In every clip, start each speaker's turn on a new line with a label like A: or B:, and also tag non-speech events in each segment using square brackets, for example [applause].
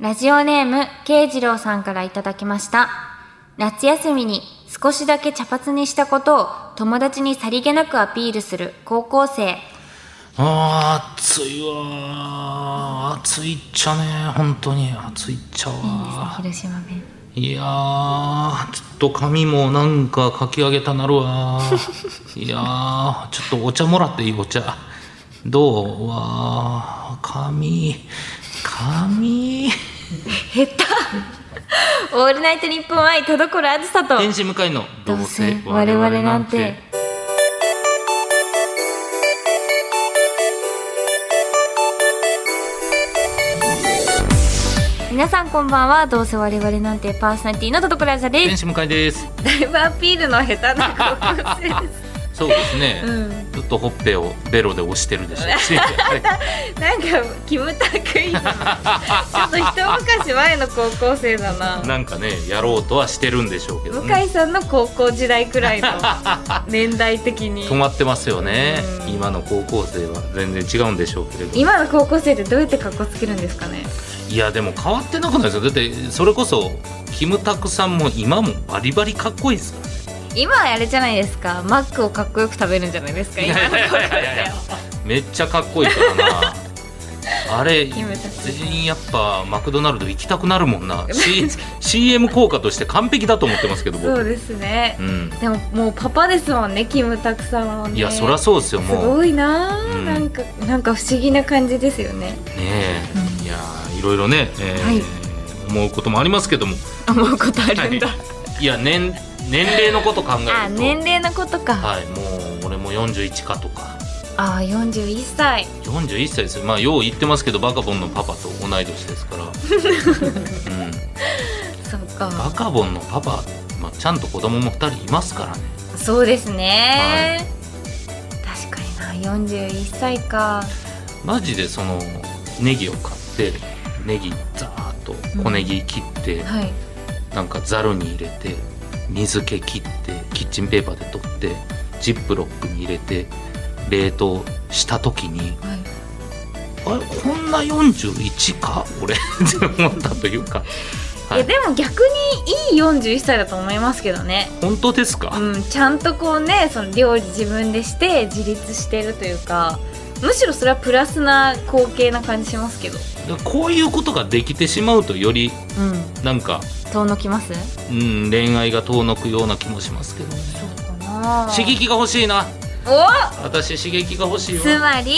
A: ラジオネーム、慶次郎さんからいただきました。夏休みに少しだけ茶髪にしたことを友達にさりげなくアピールする高校生。
B: あー暑いわー暑いっちゃね本当に暑いっちゃわ
A: 広島弁。
B: いやーちょっと髪もなんかかき上げたな
A: [laughs]
B: るわーいやーちょっとお茶もらっていいお茶どうわー髪髪
A: 下手オールナイトニッポン愛田所あずさと。
B: 天使向かいの
A: どうせ我々なんて。皆さんこんばんはどうせ我々なんてパーソナリティの田所あずさです
B: 天使向かいです
A: だいぶアピールの下手な高校生です。
B: そうですね、
A: うん
B: ずっとほっぺをベロで押してるでしょう
A: [laughs]
B: し
A: なんかキムタクいいな。ちょっと一昔前の高校生だな。
B: なんかねやろうとはしてるんでしょうけど
A: 向
B: ね
A: 井さんの高校時代く
B: [laughs]
A: らいの年代的に
B: 止まってますよね
A: うん
B: 今の高校生は全然違うんでしょうけれど
A: 今の高校生ってどうやって格好つけるんですかね
B: いやでも変わってなくないですかだってそれこそキムタクさんも今もバリバリかっこいいですから
A: 今はあれじゃないですかマックをかっこよく食べるんじゃないですか今の高校
B: いやいやいやいや
A: 生は
B: めっちゃかっこいいから
A: [laughs]
B: なあれ
A: キムタクさん
B: 全員やっぱマクドナルド行きたくなるもん
A: [laughs]
B: な、C、CM 効果として完璧だと思ってますけど
A: そう
B: 僕
A: ですね
B: う、ん
A: でももうパパですもんねキムタクさんはね
B: いやそりゃそうですよ
A: す
B: もうね
A: ごいなあ、
B: うん
A: なんかなんか不思議な感じですよね
B: えいやいろいろね、えー
A: はい
B: 思うこともありますけども
A: 思うことあるんだ、
B: いや年年齢のこと考えると
A: あ年齢のことか、
B: はいもう俺も41かとか
A: あ41歳
B: 41歳ですよまあよう言ってますけどバカボンのパパと同い年ですから、うん、
A: そう
B: バ
A: か
B: カボンのパパ、まあ、ちゃんと子供も2人いますからね
A: そうですね、確かにな41歳か
B: マジでそのネギを買ってネギザーッと小ネギ切って、
A: はい
B: なんかざるに入れて水気切ってキッチンペーパーで取ってジップロックに入れて冷凍した時に
A: はい
B: あれこんな41か俺って思ったというか、
A: い
B: は
A: や
B: い、
A: でも逆にいい41歳だと思いますけどね、
B: 本当ですか、
A: うん、ちゃんとこうねその料理自分でして自立してるというかむしろそれはプラスな光景な感じしますけど
B: こういうことができてしまうとより
A: うん
B: なんか、
A: 遠のきます
B: うん、恋愛が遠のくような気もしますけどね
A: そうかな
B: 刺激が欲しいな
A: お
B: 私刺激が欲しいわ
A: つまり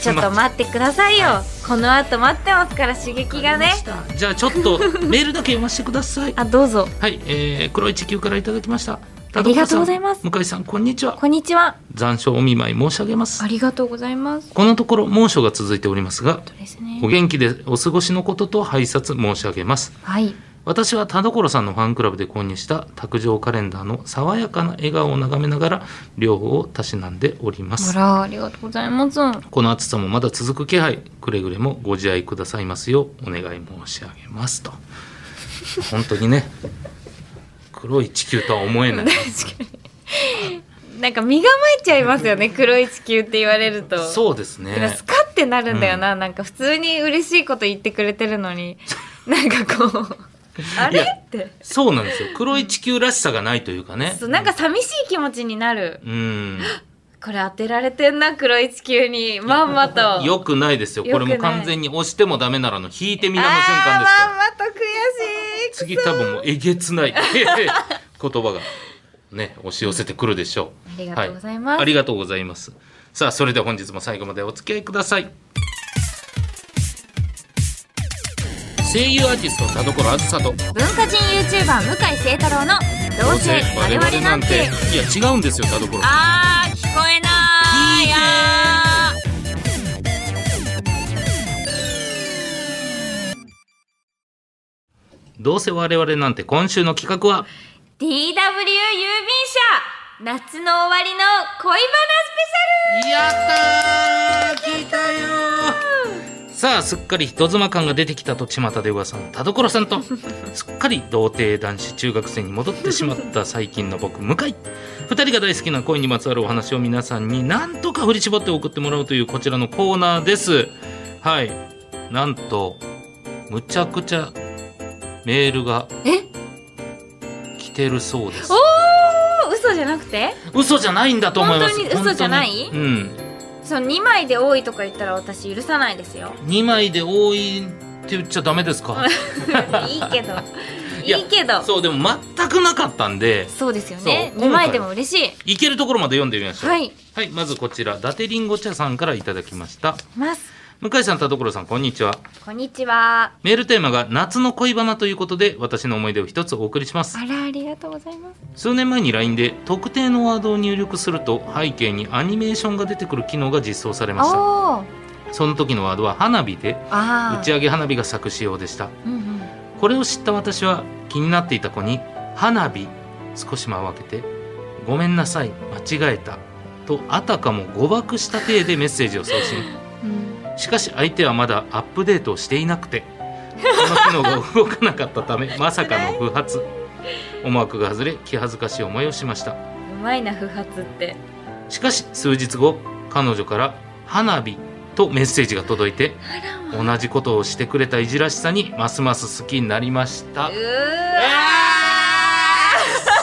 A: ちょっと待ってくださいよ、この後待ってますから刺激がね
B: じゃあちょっ
A: [laughs]
B: とメールだけ読ませてください
A: あどうぞ
B: はい、えー、黒い地球からいただきました
A: ありがとうございます
B: 田所さん向井さんこんにちは
A: こんにちは
B: 残暑お見舞い申し上げます
A: ありがとうございます
B: このところ猛暑が続いておりますが
A: そうですね
B: お元気でお過ごしのことと拝察申し上げます
A: はい
B: 私は田所さんのファンクラブで購入した卓上カレンダーの爽やかな笑顔を眺めながら量をたしなんでおりま
A: あ
B: す
A: らありがとうございます
B: この暑さもまだ続く気配くれぐれもご自愛くださいますようお願い申し上げますと本当にね [laughs] 黒い地球とは思えない
A: なんか身構えちゃいますよね黒い地球って言われると
B: そうです
A: だから
B: ね
A: スカってなるんだよな、なんか普通に嬉しいこと言ってくれてるのになんかこうあ
B: い
A: れ
B: や
A: って
B: そうなんですよ黒い地球らしさがないというかね
A: そうなんか寂しい気持ちになる
B: うん
A: これ当てられてんな黒い地球にまんまと
B: よくないですよこれも
A: 良くない
B: 完全に押してもダメならの引いてみなの瞬間
A: あ
B: ですか
A: ー
B: ら
A: まんまと悔しい
B: 次多分もうえげつない [laughs] 言葉がね押し寄せてくるでしょ
A: あ
B: う
A: りがとうございます
B: ありがとうございますさあそれでは本日も最後までお付き合いください声優アーティスト田所あずさと
A: 文化人 YouTuber 向井聖太郎の「どうせ我々なんて
B: いや違うんですよ田所」
A: あー聞こえないや
B: どうせ我々なんて今週の企画は
A: DW 郵便車夏の終わりの恋バナ
B: やったー聞いたよーさあすっかり人妻感が出てきたと巷で噂の田所さ
A: [laughs]
B: んとすっかり童貞男子中学生に戻ってしまった最近の僕向井二人が大好きな恋にまつわるお話を皆さんになんとか振り絞って送ってもらうというこちらのコーナーですはいなんとむちゃくちゃメールが
A: え
B: 来てるそうです
A: おお嘘じゃなくて
B: 嘘じゃないんだと思います
A: 本当に嘘じゃない
B: 本当にうん
A: その2枚で多いとか言ったら私許さないです [laughs] よ
B: 2枚で多いって言っちゃダメですか
A: いいけど
B: いや
A: いいけどそう
B: そうでも全くなかったんで
A: ですよね
B: そう
A: 2枚でも嬉しい
B: いけるところまで読んでみましょう
A: はい、
B: はい、まずこちら伊達りんご茶さんからいただきました
A: ます
B: 向井さん田所さんこんにちは
A: こんにちは
B: メールテーマが夏の恋バナということで私の思い出を一つお送りします
A: あらありがとうございます
B: 数年前に LINE で特定のワードを入力すると背景にアニメーションが出てくる機能が実装されました
A: おお
B: その時のワードは花火で
A: ああ
B: 打ち上げ花火が作詞用でした
A: うんうん
B: これを知った私は気になっていた子に「花火」少し間を空けて「ごめんなさい間違えた」とあたかも誤爆した体でメッセージを送信
A: うん
B: しかし相手はまだアップデートをしていなくてこの機能が動かなかったためまさかの不発思惑が外れ気恥ずかしい思いをしました
A: うまいな不発って
B: しかし数日後彼女から「花火」とメッセージが届いて
A: あらま
B: 同じことをしてくれたいじらしさにますます好きになりまし
A: うー
B: たあーくっそー
A: いい
B: なんだよおいおい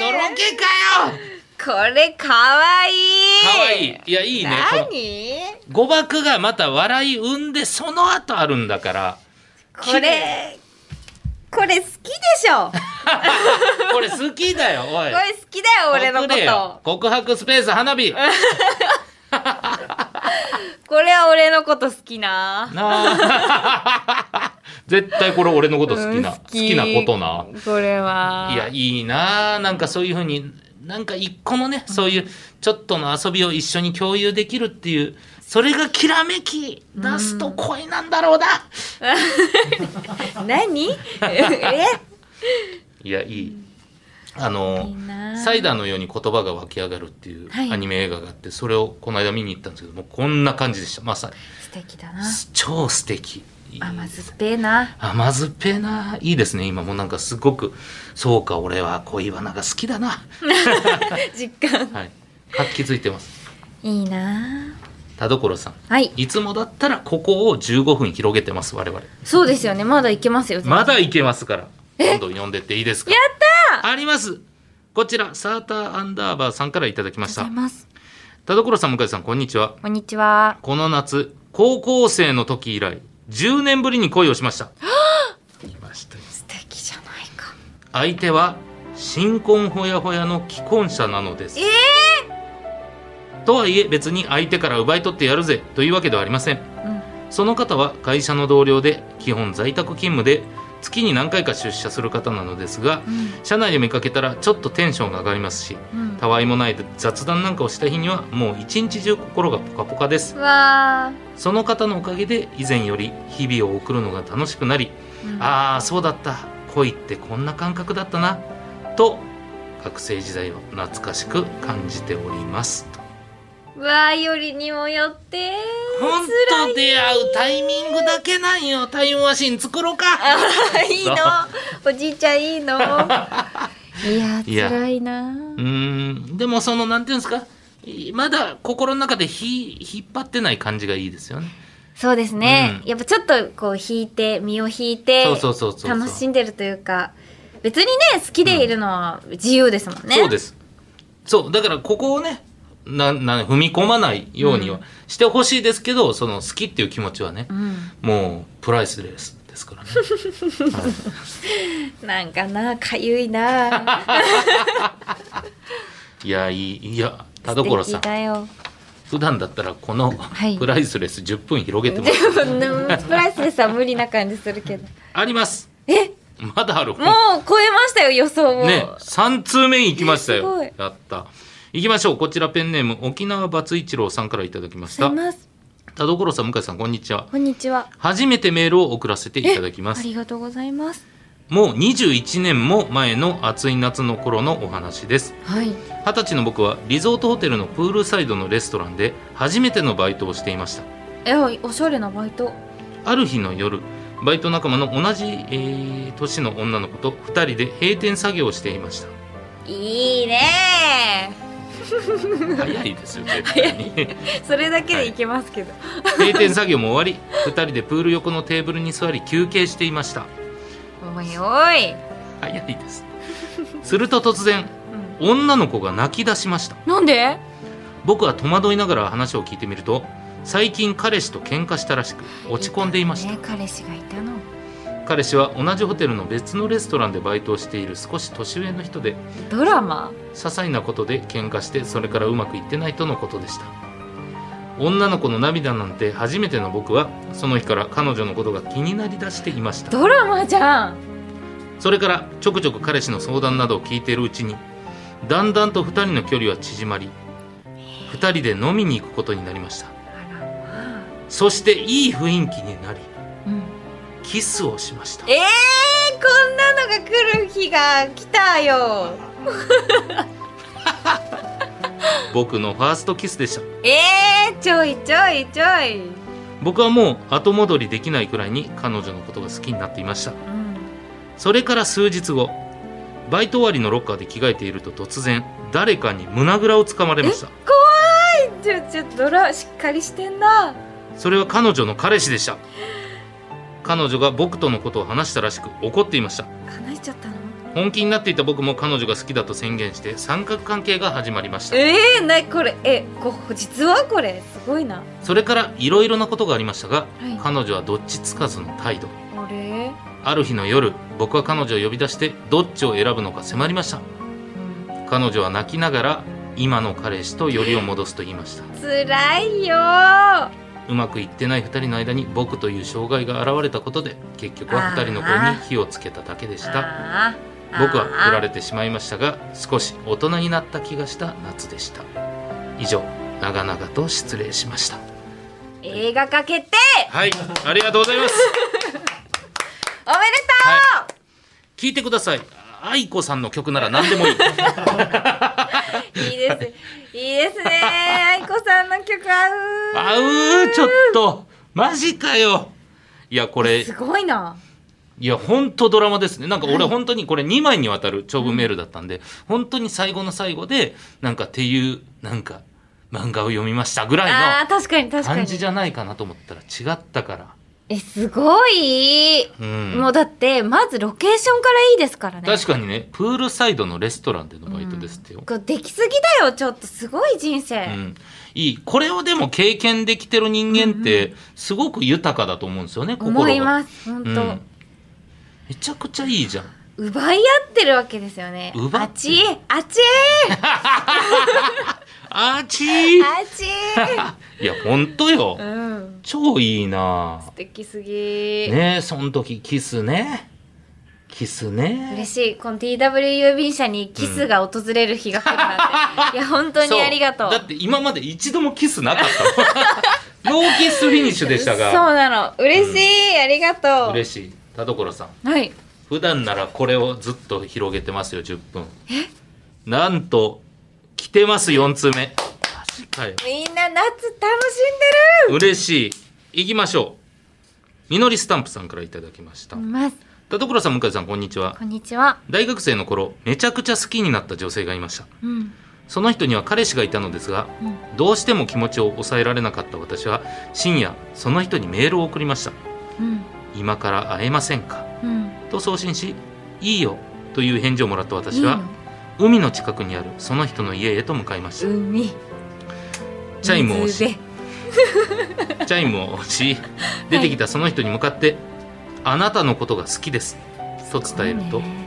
A: 話
B: のろけかよ
A: これかわいい
B: かわいいいやいいねこの
A: 何
B: 誤爆がまた笑い生んでその後あるんだから
A: これこれ好きでしょこ
B: これ好きだよ
A: [laughs]
B: おい
A: れ好きだよ俺のこ
B: 送れよ
A: と
B: 告白スペース花火な
A: これは俺のこと好きな
B: あ [laughs] 絶対これ俺のこと好きな、
A: うん
B: 好きなことな
A: これはい
B: やいいなあなんかそういうふうになんか一個のね、そういうちょっとの遊びを一緒に共有できるっていうそれがきらめき出すと恋なんだろうな、 [laughs]
A: 何え
B: いやいいあの
A: いいなあ
B: サイダーのように言葉が湧き上がるっていう
A: はい
B: アニメ映画があって、それをこの間見に行ったんですけどもうこんな感じでしたまさに
A: 素敵だな
B: 超素敵いい
A: 甘酸っぱいな
B: 甘酸っぱいないいですね今もうなんかすごくそうか俺は恋バナが好きだな
A: 実感
B: はい活気づいてます
A: いいな
B: 田所さん
A: はい
B: いつもだったらここを15分広げてます我々
A: そうですよねまだいけますよ全然
B: まだいけますからどんどん読んでっていいですかやったありますこちらサーターアンダーバーさんからいただきまし
A: ござ
B: た
A: います
B: 田所さん向井さんこんにちは
A: こんにちは
B: この夏高校生の時以来10年ぶりに恋をしましたいましたよ
A: 素敵じゃないか
B: 相手は新婚ほやほやの既婚者なのです
A: え
B: とはいえ別に相手から奪い取ってやるぜというわけではありません
A: えうん
B: その方は会社の同僚で基本在宅勤務で月に何回か出社する方なのですが
A: うん
B: 社内で見かけたらちょっとテンションが上がりますし
A: うん
B: たわいもない雑談なんかをした日にはもう一日中心がポカポカです
A: わ
B: その方のおかげで以前より日々を送るのが楽しくなり
A: ーうん
B: ああそうだった恋ってこんな感覚だったなと学生時代を懐かしく感じております
A: うわーよりにもよって
B: 本当出会うタイミングだけなんよタイムマシン作ろうか
A: あーいいのおじいちゃんいい
B: [laughs]
A: のいや
B: いや
A: 辛いな
B: うーんでもそのなんていうんですかいまだ心の中でひ引っ張ってない感じがいいですよね。
A: そうですね、
B: うん
A: やっぱちょっとこう引いて身を引いて
B: そうそうそうそうそう
A: 楽しんでるというか別にね好きでいるのは自由ですもんね、
B: そうですそうだからここをねなな踏み込まないようにはしてほしいですけど、その好きっていう気持ちはね
A: う、ん、
B: もうプライスレスで
A: [laughs]
B: すからね。はい
A: なんかなかゆいな
B: いやいいいや [laughs] 田
A: 素
B: 所さ
A: 敵
B: ん
A: だよ
B: 普段だったらこの
A: はい
B: プライスレス10分広げて
A: で [laughs]
B: ます、
A: もでもプライスレスは無理な感じするけど
B: あります
A: え
B: まだある
A: もう超えましたよ予想も、
B: ね、3通目行きました
A: えす
B: よ
A: ごい。
B: やった。行きましょう。こちらペンネーム、沖縄バツ一郎さんからいただきまし
A: すい
B: た。
A: ます
B: 田所さん、向井さん、こんにちは。
A: こんにちは
B: 初めてメールを送らせていただきま
A: あ
B: す。
A: りがとうございます
B: もう21年も前の暑い夏の頃のお話です。
A: はい
B: 二十歳の僕はリゾートホテルのプールサイドのレストランで初めてのバイトをしていました。
A: えおしゃれなバイト
B: ある日の夜、バイト仲間の同じ、えー年の女の子と2人で閉店作業をしていました。
A: いいね
B: 早いですよ絶対に
A: それだけでいけますけど、
B: 閉店作業も終わり2人でプール横のテーブルに座り休憩していました
A: おいおい、
B: 早いですすると突然
A: う
B: 女の子が泣き出しました
A: ん、なんで
B: 僕は戸惑いながら話を聞いてみると最近彼氏と喧嘩したらしく落ち込んでいました
A: ね、彼氏がいたの
B: 彼氏は同じホテルの別のレストランでバイトをしている少し年上の人で
A: ドラマ
B: 些細なことで喧嘩してそれからうまくいってないとのことでした女の子の涙なんて初めての僕はその日から彼女のことが気になりだしていました
A: ドラマじゃん
B: それからちょくちょく彼氏の相談などを聞いているうちにだんだんと2人の距離は縮まり2人で飲みに行くことになりました
A: あらまあ
B: そしていい雰囲気になり
A: うん
B: キスをしました
A: えー、こんなのが来る日が来たよ
B: 僕のファーストキスでした
A: えー、ちょいちょいちょい、
B: 僕はもう後戻りできないくらいに彼女のことが好きになっていました
A: うん、
B: それから数日後バイト終わりのロッカーで着替えていると突然誰かに胸ぐらをつかまれました
A: ちょちょドラしっかりしてんな
B: それは彼女の彼氏でした彼女が僕とのことを話したらしく怒っていました
A: 話しちゃったの
B: 本気になっていた僕も彼女が好きだと宣言して三角関係が始まりました
A: えー、なこれえこ実はこれすごいな
B: それからいろいろなことがありましたが、
A: い
B: 彼女はどっちつかずの態度
A: これ
B: ある日の夜僕は彼女を呼び出してどっちを選ぶのか迫りました彼女は泣きながら今の彼氏とよりを戻すと言いました
A: つらいよー
B: うまくいってない2人の間に僕という障害が現れたことで結局は2人の
A: あ
B: 恋
A: ー
B: に火をつけただけでした
A: あー
B: 僕は振られ
A: あ
B: てしまいましたが少し大人になった気がした夏でした以上長々と失礼しました
A: ー映画化決定
B: はいありがとうございます、
A: おめで
B: はい、聞いてください愛子さんの曲なら何でもいい
A: とういいですいいですね愛子さんの曲合う
B: あうーちょっとマジかよいやこれ
A: すごいない
B: や本当ドラマですねなんか俺本当にこれ2枚にわたる長文メールだったんで、本当に最後の最後でなんかっていうなんか漫画を読みましたぐら
A: あ
B: い
A: ー確かに
B: の
A: 確か
B: 感
A: に
B: じじゃないかなと思ったら違ったから
A: えすごい、
B: うん
A: もうだってまずロケーションからいいですからね
B: 確かにねプールサイドのレストランでのバイトですってよ、
A: これできすぎだよちょっとすごい人生、
B: うんいいこれをでも経験できてる人間ってすごく豊かだと思うんですよね心が
A: 思います本当、
B: うんめちゃくちゃいいじゃん
A: 奪い合ってるわけですよね
B: 奪
A: あ
B: っ
A: って
B: る
A: ちあっ
B: [laughs]
A: ち
B: あーちー
A: あっち
B: いや本当よ、
A: うん
B: 超いいな
A: 素敵すぎ、
B: ねえその時キスねキスね
A: 嬉しいこの TW 郵便車にキスが訪れる日が来るなん
B: [laughs]
A: て、いや本当
B: そう
A: にありがとう
B: だって今まで一度もキスなかっ
A: [laughs]
B: たもんノーキスフィニッシュでした
A: そ
B: が
A: うなの嬉しい、ありがとう
B: 嬉しい田所さん
A: はい
B: 普段ならこれをずっと広げてますよ10分なんと来てます4通目マジかよ
A: みんな夏楽しんでる
B: 嬉しい行きましょうみのりスタンプさんからいただきました
A: ます
B: 田所さん向井さんこんにちは
A: こんにちは
B: 大学生の頃めちゃくちゃ好きになった女性がいました
A: うん
B: その人には彼氏がいたのですが、
A: う
B: どうしても気持ちを抑えられなかった私は深夜その人にメールを送りました
A: うん
B: 「今から会えませんか?
A: うん」
B: と送信し「いいよ」という返事をもらった私
A: いい
B: は
A: の
B: 海の近くにあるその人の家へと向かいました
A: 海
B: チャイムを押
A: 水
B: し
A: 辺
B: チャイムを押し出てきたその人に向かって「あなたのことが好きです」と伝えると、
A: ね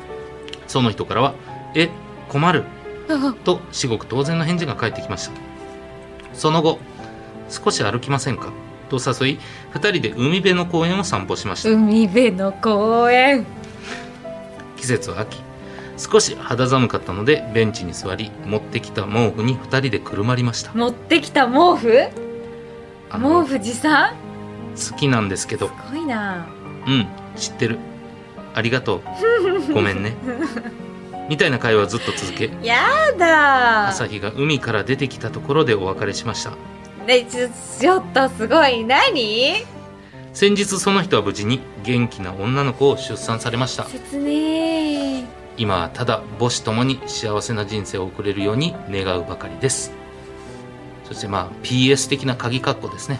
B: その人からは「え困る」
A: あ
B: と至極当然の返事が返ってきましたその後少し歩きませんかと誘い2人で海辺の公園を散歩しました、
A: 海辺の公園
B: 季節は秋少し肌寒かったのでベンチに座り持ってきた毛布に2人でくるまりました
A: 持ってきた毛布
B: あの
A: 毛布持参
B: 好きなんですけど
A: すごいな
B: うん知ってるありがとうごめんねみたいな会話をずっと続け
A: やだ
B: 朝日が海から出てきたところでお別れしました
A: ねちょちょっとすごい何
B: 先日その人は無事に元気な女の子を出産されました
A: 説明
B: 今はただ母子ともに幸せな人生を送れるように願うばかりですそしてまあ PS 的な鍵括弧ですね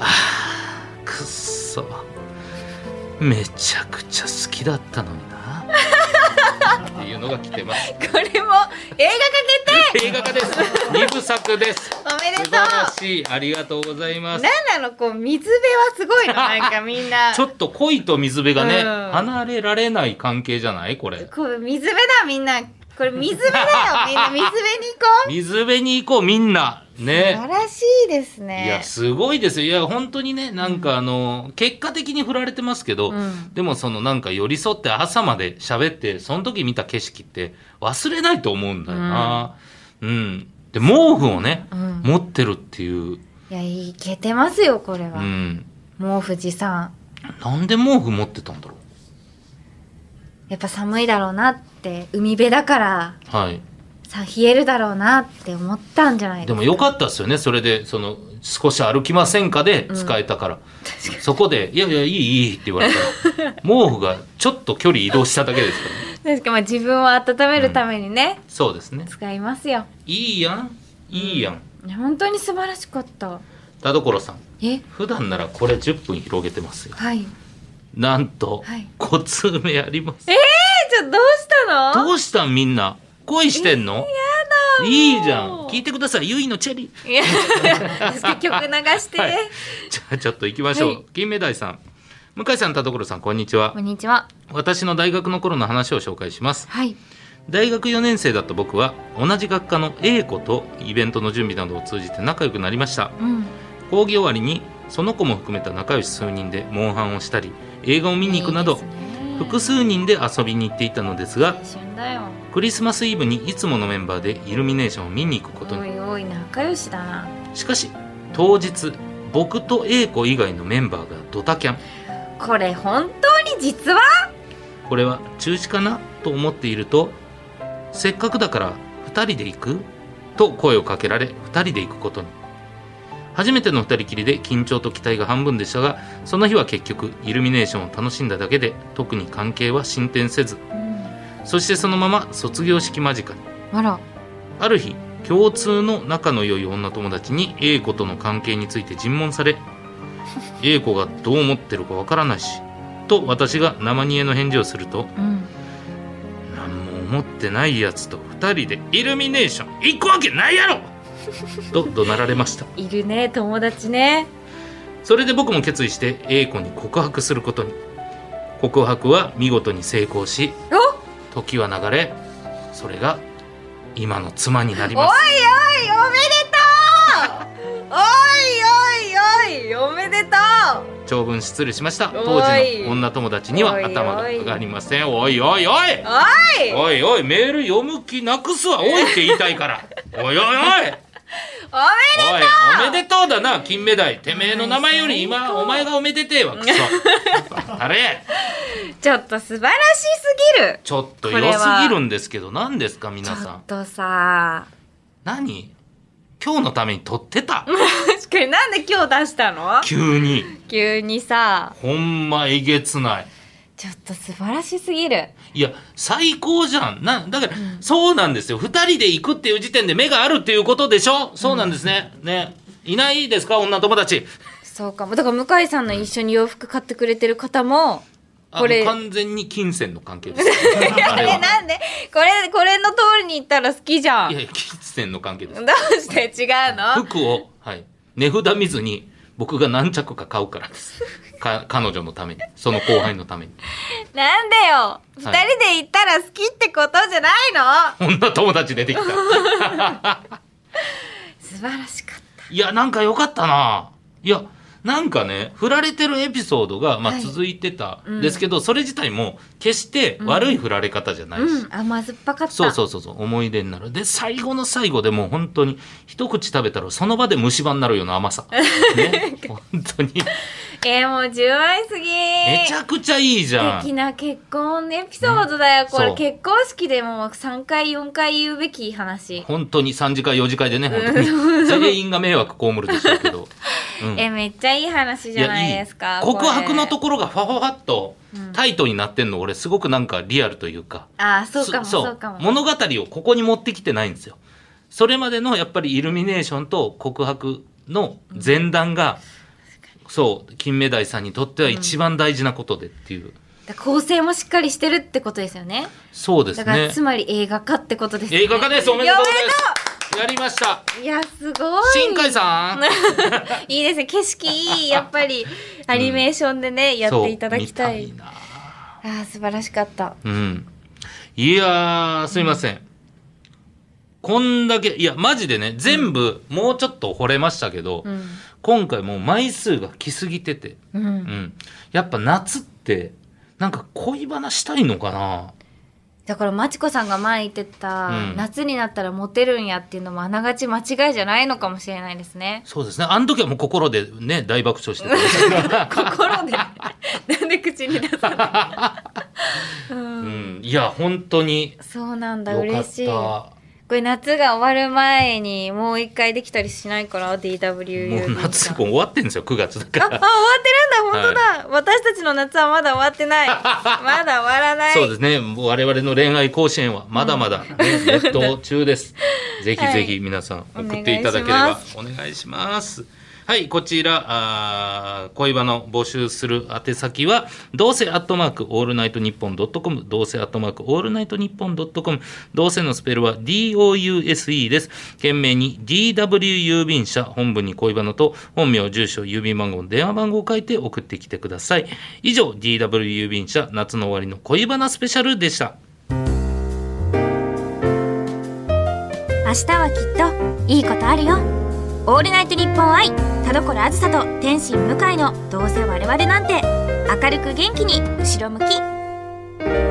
B: あーくっそめちゃくちゃ好きだったのになっていうのが来てます
A: これも映画化決定
B: [laughs] 映画化です二部作です
A: おめでと
B: 素
A: う
B: 晴らしいありがとうございます
A: なんなのこう水辺はす
B: [laughs]
A: ごいのなんかみんな
B: ちょっと恋と水辺がね、
A: うん
B: 離れられない関係じゃないこれ
A: こう水辺だみんなこれ水
B: [laughs]
A: 辺だよみんな水辺に行こう
B: 水辺に行こうみんな
A: 素
B: ね
A: 晴らしいですね
B: いやすごいですよいや本当にねなんかあの、結果的に振られてますけど、
A: うん
B: でもそのなんか寄り添って朝まで喋ってその時見た景色って忘れないと思うんだよなうん、で毛布をね、
A: うん
B: 持ってるっていう
A: いやいけてますよこれ
B: う
A: は、
B: ん
A: もう富士山
B: なんで毛布持ってたんだろう
A: やっぱ寒いだろうなって海辺だから
B: はい
A: さ冷えるだろうなって思ったんじゃないです
B: で
A: か
B: も良かったですよねそれでその「少し歩きませんか?」で使えたから、そこで「いやいやいいいい」って言われ
A: [laughs]
B: たら毛布がちょっと距離移動しただけですからね
A: 確かにまあ自分を温めるためにね、
B: そうですね
A: 使いますよ
B: いいやんいいやん
A: 本当に素晴らしかった
B: 田所さん
A: え
B: 普段ならこれ10分広げてますよ
A: はい
B: なんと、
A: はい
B: コツメあります
A: えー、じゃあどうしたの
B: どうしたんみんな恋してんの、いいじゃん聞いてくださいゆいのチェリー [laughs]
A: いや曲流して、
B: はいじゃあちょっと行きましょう、
A: はい
B: 金目鯛さん向井さん田所さんこんにちは
A: こんにちは
B: 私の大学の頃の話を紹介します
A: はい
B: 大学4年生だった僕は同じ学科の A 子とイベントの準備などを通じて仲良くなりました
A: うん
B: 講義終わりにその子も含めた仲良し数人でモンハンをしたり映画を見に行くなど複数人で遊びに行っていたのですが
A: 青春だよ
B: クリスマスイブにいつものメンバーでイルミネーションを見に行くこと
A: お
B: に
A: いおい仲良しだな
B: しかし当日僕と A 子以外のメンバーがドタキャン
A: これ本当に実は
B: これは中止かなと思っているとせっかくだから2人で行くと声をかけられ2人で行くことに初めての2人きりで緊張と期待が半分でしたがその日は結局イルミネーションを楽しんだだけで特に関係は進展せず
A: うん
B: そしてそのまま卒業式間近に
A: あら
B: ある日共通の仲の良い女友達に A 子との関係について尋問され A 子がどう思ってるかわからないしと私が生煮えの返事をすると
A: うん
B: 何も思ってないやつと2人でイルミネーション行くわけないやろと怒鳴られました
A: いるね友達ね
B: それで僕も決意して A 子に告白することに告白は見事に成功し
A: お
B: 時は流れそれが今の妻になり
A: おいおい
B: ます
A: おめでとうおいおいおいおめでとう
B: 長文失礼しました
A: おい
B: 当時の女友達には
A: おいおい
B: 頭が上がりませんおいおいおい
A: おいおい
B: おいおいメール読む気なくすわおいって言いたいから
A: [laughs]
B: おいおいおいおいおめでとうだな金目鯛てめえの名前より今お前がおめでてえ
A: [laughs]
B: わくそあれ
A: ちょっと素晴らしすぎる
B: ちょっと
A: これ
B: 良す
A: は
B: ぎるんですけど何ですか
A: ち
B: 皆さ
A: ょっ
B: ん
A: とさ
B: 何今日のために撮ってた
A: 確かになんで今日出したの [laughs]
B: 急に
A: 急にさ
B: ほんまえげつない
A: ちょっと素晴らしすぎる
B: いや最高じゃんなだから、そうなんですよ2人で行くっていう時点で目があるっていうことでしょそうなんですね、ねいないですか女友達
A: そうかもだから向井さんの一緒に洋服買ってくれてる方も
B: あ
A: これ
B: もう完全に金銭の関係ですあれ
A: え
B: は
A: なんでこれこれの通りに行ったら好きじゃん
B: いや
A: ど
B: いや金銭の関係です
A: うして違うの
B: 服を、はい、値札見ずに僕が何着か買うからですか彼女のためにその後輩のために
A: なんでよ二人
B: はい
A: で行ったら好きってことじゃないの、
B: 女友達出てきた
A: 素晴らしかった
B: いやなんか良かったないやなんかね振られてるエピソードが、ま
A: は
B: あ、
A: い
B: 続いてた
A: うん
B: んですけど、それ自体も決して悪い振られ方じゃないし、
A: うん甘酸っぱかった
B: そうそうそうそう思い出になるで最後の最後でもう本
A: [laughs]
B: 当に一口食べたらその場で虫歯になるような甘さ、ね、本当に
A: えー、もう純愛すぎ
B: めちゃくちゃいいじゃ
A: 素敵
B: ん
A: な結婚エピソードだよ、こ
B: そ
A: れ
B: う
A: 結婚式でもう3回4回言うべき話、
B: 本当に3次会4次会でね本当に全員が迷惑被るでしょう
A: [laughs]
B: けど、うん
A: えめっちゃいい話じゃないですか
B: 告白のと
A: こ
B: ころがファファファっと
A: うん
B: タイトになってんの俺すごくなんかリアルというか、
A: れあーそうかもそうかも
B: 物語をここに持ってきてないんですよそれまでのやっぱりイルミネーションと告白の前段が、そう金目鯛さんにとっては一番大事なことでっていう、
A: だから構成もしっかりしてるってことですよね
B: そうです
A: だから
B: ね
A: つまり映画化ってことですね
B: 映画化ですおめでとうござい
A: や
B: ますやりました
A: おめでとういやすごい
B: 新海さん
A: いいですね景色いいやっぱりアニメーションでね、 [laughs] やっていただきたい
B: そう見たいな
A: あー素晴らしかった
B: うん。いやー、すいません。こんだけ、いや、マジでね、全部、もうちょっと惚れましたけど、
A: うん
B: 今回もう枚数が来すぎてて、
A: うん、
B: うん。やっぱ夏って、なんか恋バナしたいのかな
A: だからまちこさんが前言ってた、
B: うん
A: 夏になったらモテるんやっていうのもあながち間違いじゃないのかもしれないですね
B: そうですね。あの時はもう心でね、大爆笑してたんですけど
A: [laughs] 心で [laughs] なんで口に出さない、う、
B: うんん。いや、本当に、
A: そうなんだ
B: よかっ
A: 嬉しいこ
B: た。
A: れ夏が終わる前にもう一回できたりしないから DWU
B: もう夏も終わってんですよ、9月だ
A: あ、
B: か
A: あ終わ
B: ら。
A: ってるんだ本当だ、私たちの夏はまだ終わってないまだ終わらない
B: そうですね。我々の恋愛甲子園はまだまだ、ね熱湯中です。ぜひぜひ皆さん送っていただければお願いします。はい、こちら、あー恋バナを募集する宛先は、どうせアットマークオールナイトニッポンドットコム、どうせアットマークオールナイトニッポンドットコム、どうせのスペルは DOUSE です。懸命に DW 郵便社、本文に恋バナと、本名、住所、郵便番号、電話番号を書いて送ってきてください。以上、DW 郵便社、夏の終わりの恋バナスペシャルでした。
A: 明日はきっといいことあるよオールナイトニッポン愛田所あずさと天心向井のどうせ我々なんて明るく元気に後ろ向き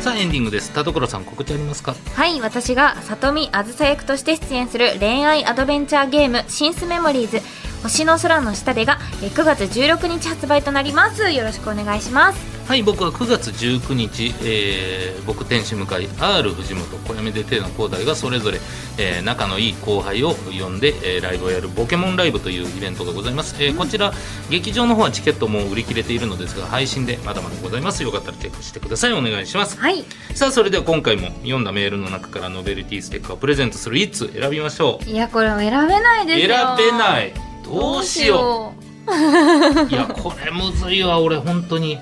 B: さあ、エンディングです。田所さん、告知ありますか
A: はい私が里見あずさ役として出演する恋愛アドベンチャーゲーム「シンスメモリーズ星の空の下でが」え9月16日発売となりますよろしくお願いします
B: はい、僕は9月19日、えー僕、天使向かい、R 藤本、小山で手の高大がそれぞれ、えー仲のいい後輩を呼んで、えーライブをやるポケモンライブというイベントがございます。えーこちら、劇場の方はチケットもう売り切れているのですが、配信でまだまだございます。よかったらチェックしてください。お願いします。
A: はい
B: さあ、それでは今回も読んだメールの中からノベルティステッカーをプレゼントする1通選びましょう。
A: いやこれ選べないです
B: 選べ
A: よ
B: ない。どうしよ
A: う
B: う。いや、これむずいわ、俺、本当に。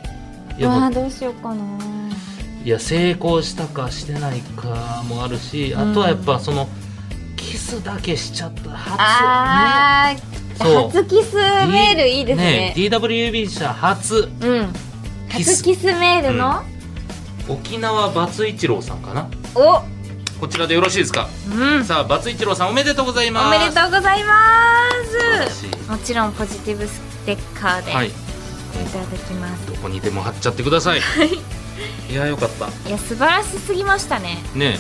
B: いや、もう
A: わあどうしようかない
B: や成功したかしてないかもあるし
A: ん
B: あとはやっぱその、キスだけしちゃった初
A: あ
B: ね
A: ー初キスメールいいですね
B: ね DWB 社初
A: うん
B: キス
A: 初キスメールの、
B: 沖縄バツイチローさんかな
A: お
B: こちらでよろしいですか、
A: うん
B: さあバツイチローさんおめでとうござい
A: お
B: ます
A: めでとうございます
B: 嬉し
A: もちろんポジティブステッカーで
B: いはい
A: いただきます、
B: どこにでも貼っちゃってください、い、やよかった
A: い、や素晴らしすぎましたね
B: ね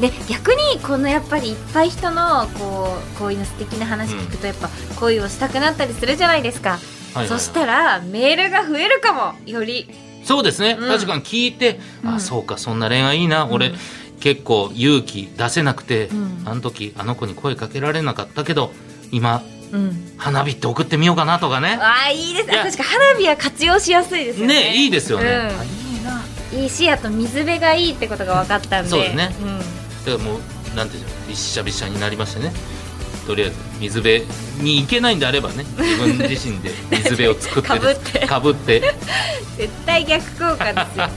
A: で逆にこのやっぱりいっぱい人のこうこういうの素敵な話聞くとやっぱ恋をしたくなったりするじゃないですか、
B: え、はいはいはい
A: そしたらメールが増えるかもより
B: そうですね、
A: うん
B: 確かに聞いて、
A: う
B: あ
A: ん
B: そうかそんな恋愛いいな、
A: ん
B: 俺結構勇気出せなくて、
A: うん
B: あの時あの子に声かけられなかったけど今
A: うん
B: 花火って送ってみようかなとかね
A: あーいいです
B: い
A: ね
B: や
A: 確か花火は活用しやすいですよ
B: ね
A: ね
B: いいですよね、
A: うん
B: あいいなだか
A: いいしあと水辺がいいってことが分かったんで
B: そうですね
A: ん
B: らもうなんていうんでしょうびっしゃびっしゃになりましてねとりあえず水辺に行けないんであれ
A: [laughs]
B: ばね自分自身で水辺を作ってですかぶって
A: 絶対逆効果です
B: [laughs]
A: よ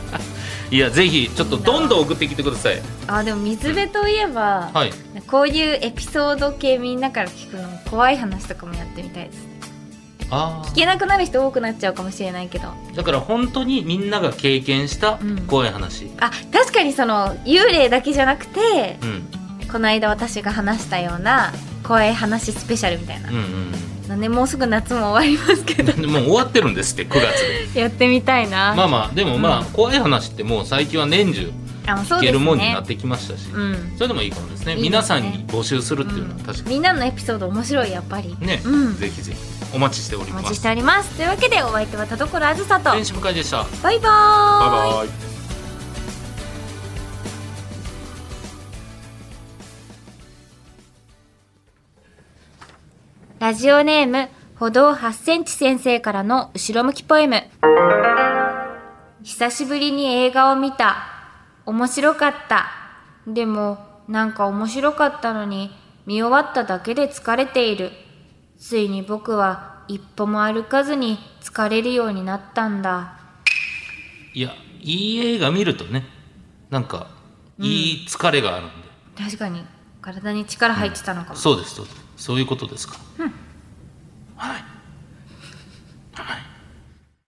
B: いやぜひちょっとどんどん送ってきてください
A: あでも水辺といえば、
B: はい
A: こういうエピソード系みんなから聞くのも怖い話とかもやってみたいですね
B: あー
A: 聞けなくなる人多くなっちゃうかもしれないけど
B: だから本当にみんなが経験した
A: うん
B: 怖い話、
A: あ確かにその幽霊だけじゃなくて
B: うん
A: この間私が話したような声話スペシャルみたいな
B: うんうん
A: なんでもうすぐ夏も終わりますけど
B: もう終わってるんですって9月で
A: [laughs] やってみたいな、
B: まあまあでもまあ、
A: うん
B: 怖い話ってもう最近は年中
A: あ、そう
B: 聞
A: です
B: ける
A: ね
B: もんになってきましたしそ,、
A: うん
B: れでもいいかもですね
A: いいですね
B: 皆さんに募集するっていうのは
A: うん
B: 確か
A: みんなのエピソード面白いやっぱり
B: にね、
A: うん
B: ぜひぜひお待ちしており
A: お
B: ま
A: 待ちし
B: す
A: ておりますというわけでお相手は田所あずさと
B: 電子部会でした
A: バイバーイ
B: バイバイ
A: ラジオネーム歩道8センチ先生からの後ろ向きポエム久しぶりに映画を見た面白かったでもなんか面白かったのに見終わっただけで疲れているついに僕は一歩も歩かずに疲れるようになったんだ
B: いやいい映画見るとねなんかいい疲れがあるんで、
A: 確かに体に力入ってたのかも、
B: そうですそうですそういうことですか
A: うん